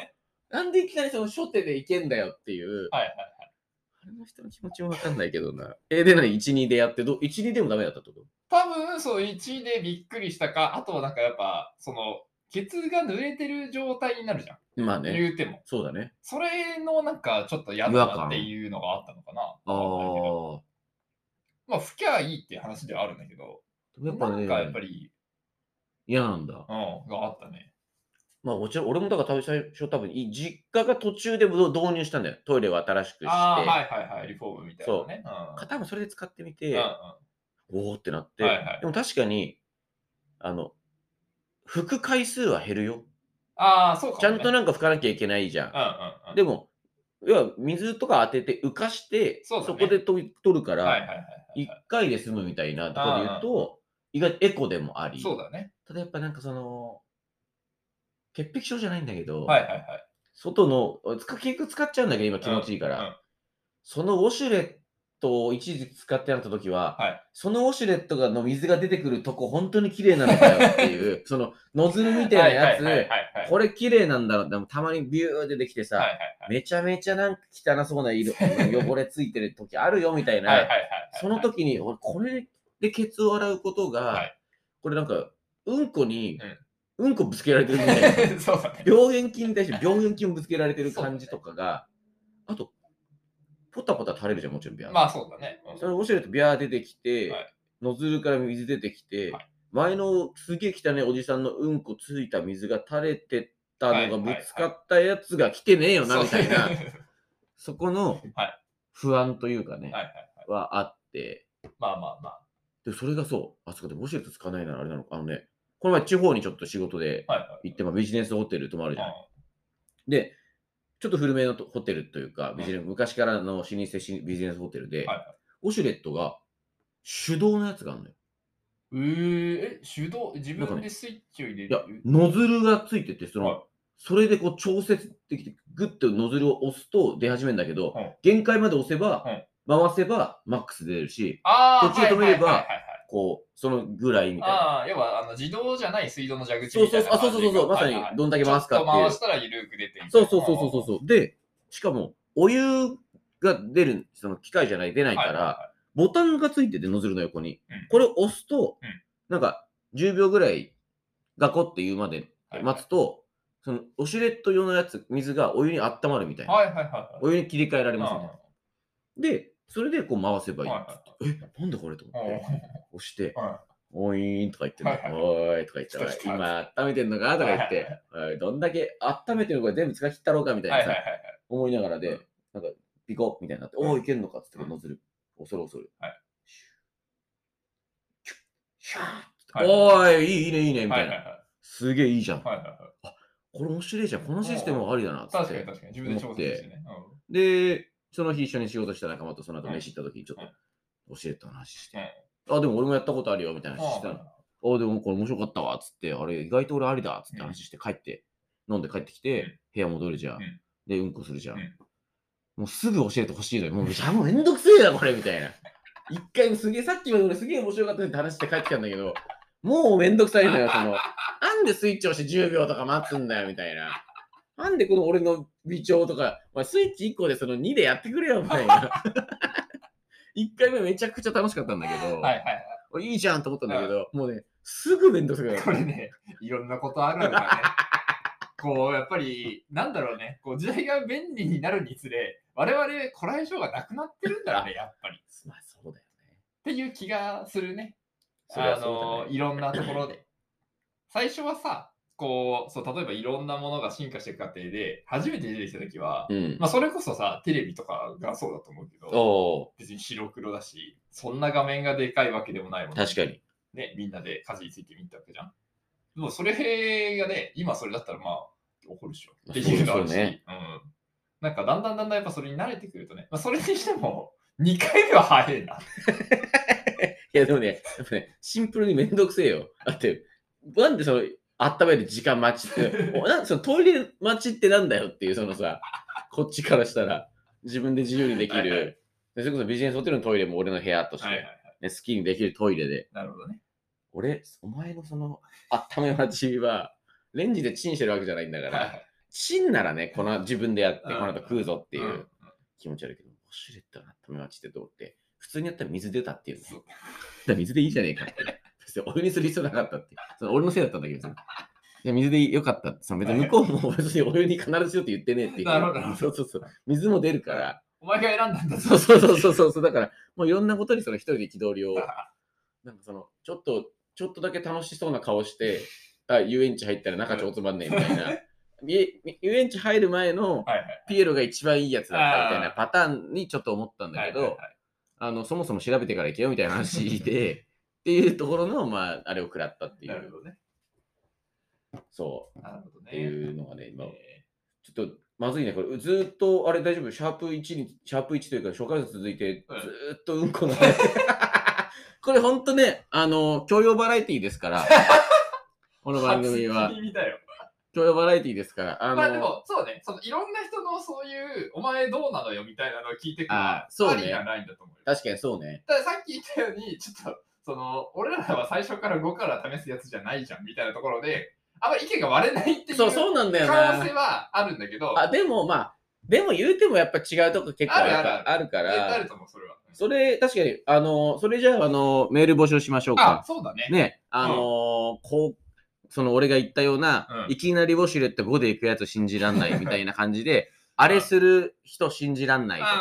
Speaker 1: なんでいきなりその初手でいけんだよっていう。
Speaker 2: はいはい。
Speaker 1: あれの人の気持ちもわかんないけどな。え、で、何 ?1、2でやってど、1、2でもダメだったってこと
Speaker 2: 多分そう1でびっくりしたか、あとはなんかやっぱ、その、ケツが濡れてる状態になるじゃん。
Speaker 1: まあね。
Speaker 2: 言うても。
Speaker 1: そうだね。
Speaker 2: それのなんかちょっと嫌だなっていうのがあったのかな。
Speaker 1: ああ。
Speaker 2: まあ、吹きゃいいっていう話ではあるんだけど、
Speaker 1: やっぱ
Speaker 2: なんかやっ
Speaker 1: ね
Speaker 2: ぱ、り、
Speaker 1: 嫌なんだ。
Speaker 2: うん、があったね。
Speaker 1: まあ、もちろん、俺もだから最初多分、い実家が途中で導入したんだよ。トイレを新しくして。
Speaker 2: ああ、はいはいはい、リフォームみたいなね。
Speaker 1: か多分それで使ってみ
Speaker 2: うん。うん
Speaker 1: て、おおってなって、
Speaker 2: はいはい
Speaker 1: でも確かに、あの、拭く回数は減るよ。
Speaker 2: ああ、そうかもね。
Speaker 1: ちゃんと
Speaker 2: ね。
Speaker 1: なんか拭かなきゃいけないじゃん。
Speaker 2: うんうんうん。
Speaker 1: でも、要は水とか当てて浮かして、
Speaker 2: そうだね
Speaker 1: こでと取るか
Speaker 2: はい
Speaker 1: ら、
Speaker 2: はいはい。
Speaker 1: 一回で済むみたいなところで言うと、意外とエコでもあり、
Speaker 2: そうだね。
Speaker 1: ただやっぱなんかその、潔癖症じゃないんだけど、
Speaker 2: はいはいはい。
Speaker 1: 外の、つか結局使っちゃうんだけど、今気持ちいいから、
Speaker 2: うんうん
Speaker 1: そのウォシュレットを一時使ってなかった時は、
Speaker 2: はい
Speaker 1: そのウォシュレットがの水が出てくるとこ、本当に綺麗なのかよっていう、そのノズルみたいなやつ、
Speaker 2: はいはいはいはいはい。
Speaker 1: これ綺麗なんだろうでもたまにビューってできてさ、
Speaker 2: はい
Speaker 1: めちゃめちゃなんか汚そうな 色汚れついてる時あるよみたいな、
Speaker 2: はいはいはいはいはい。
Speaker 1: その時に俺これでケツを洗うことが、
Speaker 2: はい
Speaker 1: これなんかうんこに、うん、こぶつけられてるみたいな
Speaker 2: そうだね。
Speaker 1: 病原菌に対して病原菌をぶつけられてる感じとかが、あとポタポタ垂れるじゃんもちろんビャー、
Speaker 2: まあそうだね。うん
Speaker 1: それウォシュレットビャー出てきて、
Speaker 2: はい
Speaker 1: ノズルから水出てきて、
Speaker 2: は
Speaker 1: 前のすげえ汚いおじさんのうんこついた水が垂れてた
Speaker 2: はい
Speaker 1: のがぶつかったやつが来てねえよなみたいな、
Speaker 2: そう
Speaker 1: そこの
Speaker 2: はい
Speaker 1: 不安というかね、
Speaker 2: はいはい。
Speaker 1: はあって、
Speaker 2: まあまあまあ。
Speaker 1: で、それがそう、あそこでウォシュレット使わないならあれなのか、あのね、この前地方にちょっと仕事で
Speaker 2: はいはい。
Speaker 1: 行って、まあ、ビジネスホテル泊まるじゃん。
Speaker 2: う
Speaker 1: で、ちょっと古めのとホテルというか、
Speaker 2: ん
Speaker 1: ビジネス昔からの老舗しビジネスホテルで、
Speaker 2: んはい
Speaker 1: ウォシュレットが手動のやつがあるのよ。
Speaker 2: えー、え、手動、自
Speaker 1: なんか
Speaker 2: 分
Speaker 1: ね
Speaker 2: でスイッチを入れ
Speaker 1: いや
Speaker 2: る、。
Speaker 1: ノズルがついてて、その、
Speaker 2: はい
Speaker 1: それでこう調節できて、グッとノズルを押すと出始めるんだけど、
Speaker 2: うん
Speaker 1: 限界まで押せば、
Speaker 2: うん
Speaker 1: 回せばマックス出るし、
Speaker 2: ああ、
Speaker 1: 途中止めれば
Speaker 2: はいはいはいはい
Speaker 1: こう、そのぐらいみたいな。
Speaker 2: ああ、要はあの自動じゃない水道の蛇口みたいな感じが。
Speaker 1: そうそうそうあそうそうそうまさに
Speaker 2: はいはい
Speaker 1: どんだけ回すかっていう
Speaker 2: ちょっと回したら緩く出ていく
Speaker 1: そうそうそうそうそうそう。で、しかも、お湯が出る、その機械じゃない、出ないから、
Speaker 2: はいは
Speaker 1: ボタンがついてて、ノズルの横に。
Speaker 2: うん
Speaker 1: これを押すと、
Speaker 2: うん
Speaker 1: なんか、10秒ぐらい、ガコっていうまで
Speaker 2: はい
Speaker 1: 待つと、その、オシュレット用のやつ、水がお湯に温まるみたいな。
Speaker 2: はいはいはいはい。
Speaker 1: お湯に切り替えられますみたいな。
Speaker 2: う
Speaker 1: で、それでこう回せばい
Speaker 2: ん
Speaker 1: い。
Speaker 2: はい
Speaker 1: え、なんでこれと思
Speaker 2: はいはい
Speaker 1: って、押して、
Speaker 2: うん
Speaker 1: おいーんとか言ってね、
Speaker 2: はい
Speaker 1: おーいとか言ったら、
Speaker 2: 人
Speaker 1: 今温めてんのかとか言って、おいどんだけ温めてるのか全部使い切ったろうかみたい
Speaker 2: は
Speaker 1: ないさ
Speaker 2: は、い。
Speaker 1: 思いながら
Speaker 2: う
Speaker 1: で
Speaker 2: ん、
Speaker 1: なんか、ピコッみたいになって、
Speaker 2: うん
Speaker 1: おお、いけるのかっつって、
Speaker 2: うん
Speaker 1: ノズル、恐る恐る。
Speaker 2: はい
Speaker 1: シュッシュッシュッ
Speaker 2: はい
Speaker 1: おーい、いい、いいね、いいね、み
Speaker 2: は
Speaker 1: た
Speaker 2: い
Speaker 1: い
Speaker 2: はいはい
Speaker 1: な。すげえいいじゃん。こ
Speaker 2: はいはいはい。
Speaker 1: れ面白いじゃん。このシステムありだな、つっ
Speaker 2: 確かに
Speaker 1: て。
Speaker 2: 確かに。自分で調整してね。うん
Speaker 1: で、その日一緒に仕事した仲間とその後
Speaker 2: うん
Speaker 1: 飯行った時にちょっ
Speaker 2: うん
Speaker 1: と教えた話して。あ、でも俺もやったことあるよ、みたいな話してたの。
Speaker 2: あ
Speaker 1: あ、でもこれ面白かったわ、つって、あれ意外と俺ありだ、つって話して帰って、飲んで帰ってき
Speaker 2: うん
Speaker 1: て、部屋戻るじゃん
Speaker 2: うん。
Speaker 1: で、うんこするじゃん
Speaker 2: うん。
Speaker 1: もうすぐ教えてほしいのに、もう、じゃあもうめんどくせえな、これ、みたいな。一回もすげえ、さっきまで俺すげえ面白かったねって話して帰ってきたんだけど、もうめんどくさいのよ、その、なんでスイッチ押して10秒とか待つんだよ、みたいな。なんでこの俺の微調とか、まあ、スイッチ1個でその2でやってくれよ、みたい な。1回目めちゃくちゃ楽しかったんだけど、
Speaker 2: はいはいはい。
Speaker 1: おいいじゃんと思ったんだけど、もうね、すぐめんどくさくな
Speaker 2: こ
Speaker 1: る。
Speaker 2: れね、いろんなことあるんだ ね。こう、やっぱり、なんだろうね、こう時代が便利になるにつれ、我々、こらえ性がなくなってるんだね、やっぱり。っ
Speaker 1: まあ、そうだよね。
Speaker 2: ていう気がするね。
Speaker 1: それ
Speaker 2: あ
Speaker 1: はそうだね
Speaker 2: の、いろんなと ころで。最初はさ、こう、そう、例えばいろんなものが進化していく過程で、初めて出てきた時は、
Speaker 1: うん。
Speaker 2: まあ、それこそさ、テレビとかがそうだと思うけど、
Speaker 1: おお
Speaker 2: 別に白黒だし、そんな画面がでかいわけでもないもん
Speaker 1: 確かに。
Speaker 2: ね、みんなで家事について見たわけじゃん。でもそれがね、今それだったらまあ、怒るでしょ。
Speaker 1: まあ
Speaker 2: っていうのあるし、
Speaker 1: そうですよね
Speaker 2: うん。なんかだんだんだんだんやっぱそれに慣れてくるとね、まあ、それにしても、2回目は早いな。
Speaker 1: いや、でもね、やっぱね、シンプルにめんどくせえよ。だって、なんでその、温める時間待ちって、おなんでそのトイレ待ちってなんだよっていう、そのさ、こっちからしたら、自分で自由にでき
Speaker 2: はいはい
Speaker 1: る。でそれこそビジネスホテルのトイレも俺の部屋として、
Speaker 2: はいはいはい。
Speaker 1: ね、好きにできるトイレで、
Speaker 2: なるほどね。
Speaker 1: 俺、お前のその、温め待ちは、レンジでチンしてるわけじゃないんだか
Speaker 2: はいは
Speaker 1: ら、
Speaker 2: い
Speaker 1: チンならね、この自分でやって、この後食うぞってい
Speaker 2: うんう
Speaker 1: うん気持ち悪いけど、ウォシュレットの温め待ちってどうって、普通にやったら水出たっていうね。
Speaker 2: そう
Speaker 1: だから水でいいじゃねえかって。 別にお湯にする必要なかったって。その俺のせいだったんだけどさ。いや水でよかったってさ。別に向こうも別にお湯に必ずしようって言ってねえっていう。
Speaker 2: なるほどなるほ
Speaker 1: そうそうそう。水も出るから。
Speaker 2: お前が選んだんだぞ
Speaker 1: そうそうそうそうそうそう。だから、もういろんなことにその一人で憤りを。なんかその、ちょっと、ちょっとだけ楽しそうな顔して、あ遊園地入ったら中超つまんねえみたい な。い遊園地入る前の
Speaker 2: はいはい。
Speaker 1: ピエロが一番いいやつだったみたいな
Speaker 2: あー
Speaker 1: パターンにちょっと思ったんだ
Speaker 2: はい
Speaker 1: け
Speaker 2: はいはい
Speaker 1: ど、あのそもそも調べてから行けよみたいな話で、っていうところの、まあ、あれを食らったってい
Speaker 2: なる
Speaker 1: う、
Speaker 2: ほどね。
Speaker 1: そう、
Speaker 2: なるほど
Speaker 1: っ
Speaker 2: ね。
Speaker 1: ていうのがね、今、
Speaker 2: え
Speaker 1: ちょっとまずいね、これ、ずーっと、あれ大丈夫、シャープ1に、シャープ1というか、初回数続いて、ず
Speaker 2: うん
Speaker 1: ーっとうんこの話。 これ、ほんとね、あの、教養バラエティーですから、 この
Speaker 2: ー
Speaker 1: 番組は
Speaker 2: 初、耳だよ。
Speaker 1: 教養バラエティーですから、あの、
Speaker 2: まあでも、そうね、そのいろんな人のそういう、お前どうなのよみたいなのを聞いてくるのは
Speaker 1: あーそうね
Speaker 2: ありがないんだと思うよ。
Speaker 1: 確かにそうね。
Speaker 2: たださっき言ったように、ちょっと、その、俺らは最初から5から試すやつじゃないじゃんみたいなところで、あんまり意見が割れないっていう
Speaker 1: そう、
Speaker 2: 可
Speaker 1: そうなんだよ
Speaker 2: 能性
Speaker 1: な。
Speaker 2: はあるんだけど、
Speaker 1: あ、でも、まあ、でも言うてもやっぱ違うとこ結構
Speaker 2: あ
Speaker 1: あ
Speaker 2: る
Speaker 1: る
Speaker 2: ある
Speaker 1: かあるか
Speaker 2: 絶対あ
Speaker 1: ら
Speaker 2: る、と思う、それは。
Speaker 1: それ、確かに、あの、それじゃあ、あの、メール募集しましょう
Speaker 2: あ
Speaker 1: か、。
Speaker 2: そうだね。
Speaker 1: ね、あのーこう、その俺が言ったような、
Speaker 2: うん
Speaker 1: いきなりウォシュレット5で行くやつ信じらんないみたいな感じで、あれする人信じらんないとか、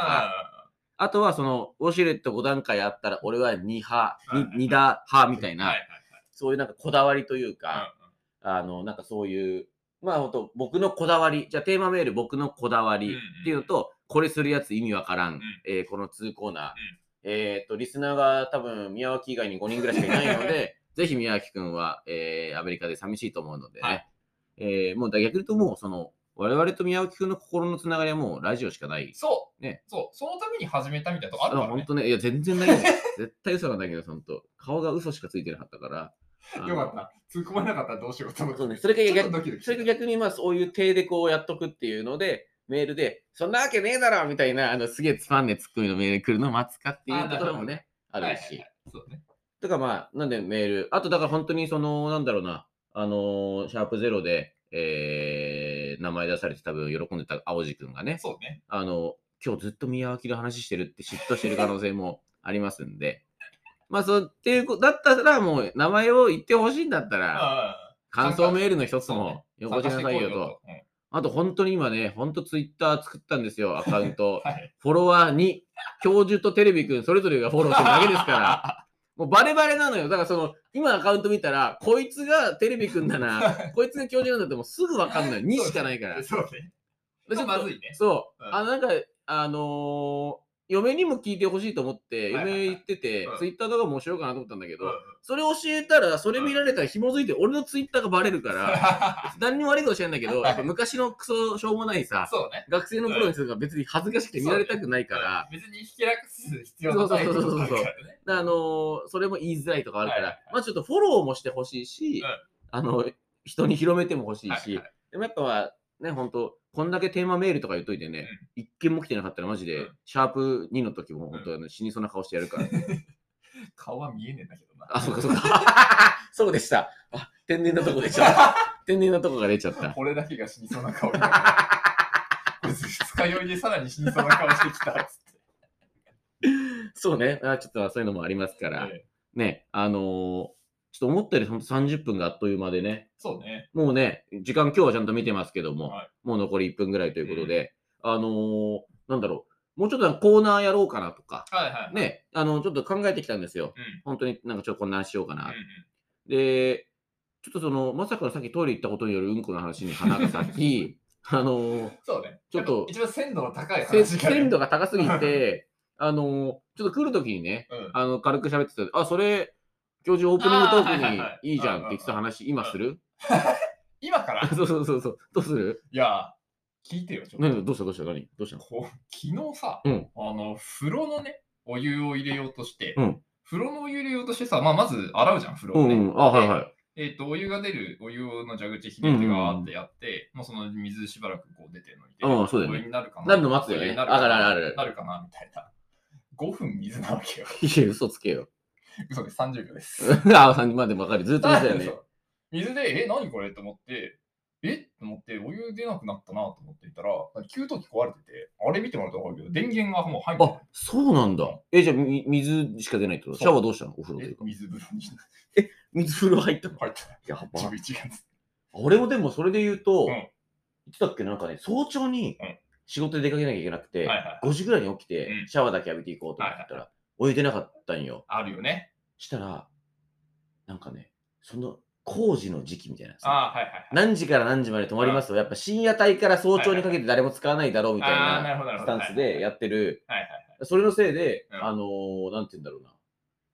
Speaker 2: あ
Speaker 1: あとはそのウォシュレット5段階あったら俺は2派、
Speaker 2: うん
Speaker 1: に二打派みたい
Speaker 2: ーはいは
Speaker 1: な、
Speaker 2: い
Speaker 1: そういうなんかこだわりという
Speaker 2: はい
Speaker 1: か、あの、なんかそういう、まあ本当僕のこだわり、じゃあテーマメール僕のこだわ
Speaker 2: うん
Speaker 1: り
Speaker 2: うん
Speaker 1: っていうのと、これするやつ意味わからん、
Speaker 2: ん
Speaker 1: えーこの2コーナー、
Speaker 2: ん
Speaker 1: えっ、と、リスナーが多分宮脇以外に5人ぐらいしかいないの で、ぜひ宮脇くんは、えーアメリカで寂しいと思うのでね、
Speaker 2: はい
Speaker 1: えーもうだ逆に言うともう、その、我々と宮脇くんの心のつながりはもうラジオしかない。
Speaker 2: そう、
Speaker 1: ね
Speaker 2: そう、そのために始めたみたいなとこあるから、
Speaker 1: 本
Speaker 2: ね。
Speaker 1: 当ね、いや、全然 ないんだよ。絶対嘘なんだけど、本当顔が嘘しかついてなかったから。あの
Speaker 2: よかった。突っ込まなかったらどうしようと思って。
Speaker 1: そうねそれが逆
Speaker 2: ちょっとドキドキ
Speaker 1: それが逆にまあそういう手でこうやっとくっていうので、メールで、そんなわけねえだろみたいな、あのすげえつまんねえツッコミのメール来るの待つかっていうところもね、あ
Speaker 2: はい
Speaker 1: る
Speaker 2: はいは
Speaker 1: し
Speaker 2: い。そうね。
Speaker 1: とかまあ、なんでメール、あとだから本当にその、なんだろうな、あのーシャープゼロで、えー、名前出されて多分喜んでた青路くんがね、
Speaker 2: そうね。
Speaker 1: あの、今日ずっと宮脇の話してるって嫉妬してる可能性もありますんで、 まあそう、っていうこと、だったらもう名前を言ってほしいんだったら、
Speaker 2: あ
Speaker 1: 感想メールの一つもよこ
Speaker 2: 参
Speaker 1: し
Speaker 2: 加
Speaker 1: な
Speaker 2: し
Speaker 1: さ
Speaker 2: てこう
Speaker 1: いよ
Speaker 2: よ
Speaker 1: と
Speaker 2: と。。うん
Speaker 1: あと本当に今ね、本当ツイッター作ったんです よ、アカウント。
Speaker 2: はい。
Speaker 1: フォロワー2、教授とテレビくん、それぞれがフォローしてるだけですから、 もうバレバレなのよ。だからその、今アカウント見たら、こいつがテレビくんだ な、こいつが教授なんだってもうすぐわかんない。2しかないから。
Speaker 2: そうね。
Speaker 1: でちょっと
Speaker 2: まあまずいね
Speaker 1: そう。
Speaker 2: うん
Speaker 1: あの、なんか、あのー嫁にも聞いてほしいと思って、
Speaker 2: はいはいはい
Speaker 1: 嫁行ってて
Speaker 2: うん、
Speaker 1: ツイッターとかもしようかなと思ったんだけ
Speaker 2: うん
Speaker 1: ど、それ教えたら、それ見られたら紐づいて、俺のツイッターがバレるから、 何にも悪いことしてないんだけど、
Speaker 2: はい
Speaker 1: やっぱ昔のクソしょうもないさ、
Speaker 2: そうね。
Speaker 1: 学生の頃の人が別に恥ずかしくて見られたくないから、
Speaker 2: 別に引き楽す必要ないことだからね。
Speaker 1: あのーそれも言いづらいとかあるから、
Speaker 2: はいはい
Speaker 1: まあちょっとフォローもしてほしいし、
Speaker 2: うん
Speaker 1: あの、人に広めてもほしいし、
Speaker 2: はいはい
Speaker 1: でもやっぱはね、ほんと、こんだけテーマメールとか言っといてね、一件も来てなかったらマジで、
Speaker 2: うん
Speaker 1: シャープ2の時も本当、あの死にそうな顔してやるから、
Speaker 2: 顔は見えねえんだけどな。
Speaker 1: あ、そうかそうか。そうでした。あ、天然なとこでした。 天然なとこが出ちゃった。
Speaker 2: これだけが死にそうな顔だ。こいつ二日酔いでさらに死にそうな顔してきたっつって。
Speaker 1: そうね。あちょっとそういうのもありますから。
Speaker 2: ええ
Speaker 1: ね、あのーちょっと思ったよりほんと30分があっという間でね、
Speaker 2: そうね。
Speaker 1: もうね、時間今日はちゃんと見てますけども、
Speaker 2: はい
Speaker 1: もう残り1分ぐらいということで、あのーなんだろう、もうちょっとなんかコーナーやろうかなとか、
Speaker 2: はいはい。
Speaker 1: ね、あの、ちょっと考えてきたんですよ。
Speaker 2: うん。
Speaker 1: 本当になんかちょっとこんなんしようかな。
Speaker 2: うんうん
Speaker 1: で、ちょっとその、まさかのさっきトイレ行ったことによるうんこの話に花が咲 き、あのー
Speaker 2: そうね。
Speaker 1: ちょっと
Speaker 2: 一番鮮度の高い
Speaker 1: せ
Speaker 2: 話がね
Speaker 1: 鮮度が高すぎ て、あのーちょっと来るときにね、
Speaker 2: うん。
Speaker 1: あの、軽く喋ってた、あ、それ、教授オープニングトー
Speaker 2: あーはいはい
Speaker 1: ク
Speaker 2: はい
Speaker 1: にいいじゃんって言ってた話、今する
Speaker 2: 今から
Speaker 1: そうそうそうそう。どうする
Speaker 2: いや、聞いてよ、ちょっと。
Speaker 1: 何どうしたどうした何どうしたの
Speaker 2: こう昨日さ、
Speaker 1: うん
Speaker 2: あの、風呂のね、お湯を入れようとして、
Speaker 1: うん
Speaker 2: 風呂のお湯入れようとしてさ、まあ、まず洗うじゃん、風呂
Speaker 1: う
Speaker 2: をね。
Speaker 1: んうん。あ、はいはい。
Speaker 2: えっ、と、お湯が出る、お湯の蛇口ひねってガーってやって、もうその水しばらくこう出てるのに、
Speaker 1: うんそうだよね
Speaker 2: お湯になるかな。
Speaker 1: なるの待つよね
Speaker 2: お湯になるか
Speaker 1: あるある
Speaker 2: な
Speaker 1: あるある
Speaker 2: なるかな、みたいな。5分水なわけよ。
Speaker 1: いや、嘘つけよ。
Speaker 2: 嘘です、30秒です。
Speaker 1: あ、さんまあでもわかる。ずっと見てたよね
Speaker 2: そ。う水で、え、何これと思って、えと思って、お湯出なくなったなと思っていたら、給湯器壊れてて、あれ見てもらったら分かるけど、電源がもう入って
Speaker 1: あ、そうなんだ。え、じゃあ、み水しか出ないってこと
Speaker 2: そう
Speaker 1: シャワーどうしたのお風呂
Speaker 2: ない
Speaker 1: とい
Speaker 2: え
Speaker 1: うか。
Speaker 2: 水風呂に
Speaker 1: 水風呂入ったの
Speaker 2: 入ってない。
Speaker 1: やば。
Speaker 2: 11月。
Speaker 1: 俺もでもそれで言うと、
Speaker 2: うん
Speaker 1: 言ってたっけなんかね、早朝に
Speaker 2: うん
Speaker 1: 仕事で出かけなきゃいけなくて
Speaker 2: はい、はい。
Speaker 1: 5時ぐらいに起きて
Speaker 2: うん、
Speaker 1: シャワーだけ浴びていこうと思ったら、お湯出なかったんよ。
Speaker 2: あるよね。
Speaker 1: したら、なんかね、その工事の時期みたいなさ。
Speaker 2: ああ、はいはいはい。
Speaker 1: 何時から何時まで泊まりますよ。やっぱ深夜帯から早朝にかけて誰も使わないだろうみたい
Speaker 2: あーな
Speaker 1: な
Speaker 2: るほどなる
Speaker 1: ス
Speaker 2: ほど
Speaker 1: タンスでやってる。
Speaker 2: はいはいはい。
Speaker 1: それのせいで、
Speaker 2: うん
Speaker 1: あのーなんて言うんだろうな。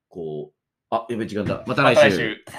Speaker 1: こう、あ、やべ、時間だ。また
Speaker 2: ま
Speaker 1: 来
Speaker 2: た
Speaker 1: 週。
Speaker 2: 来週。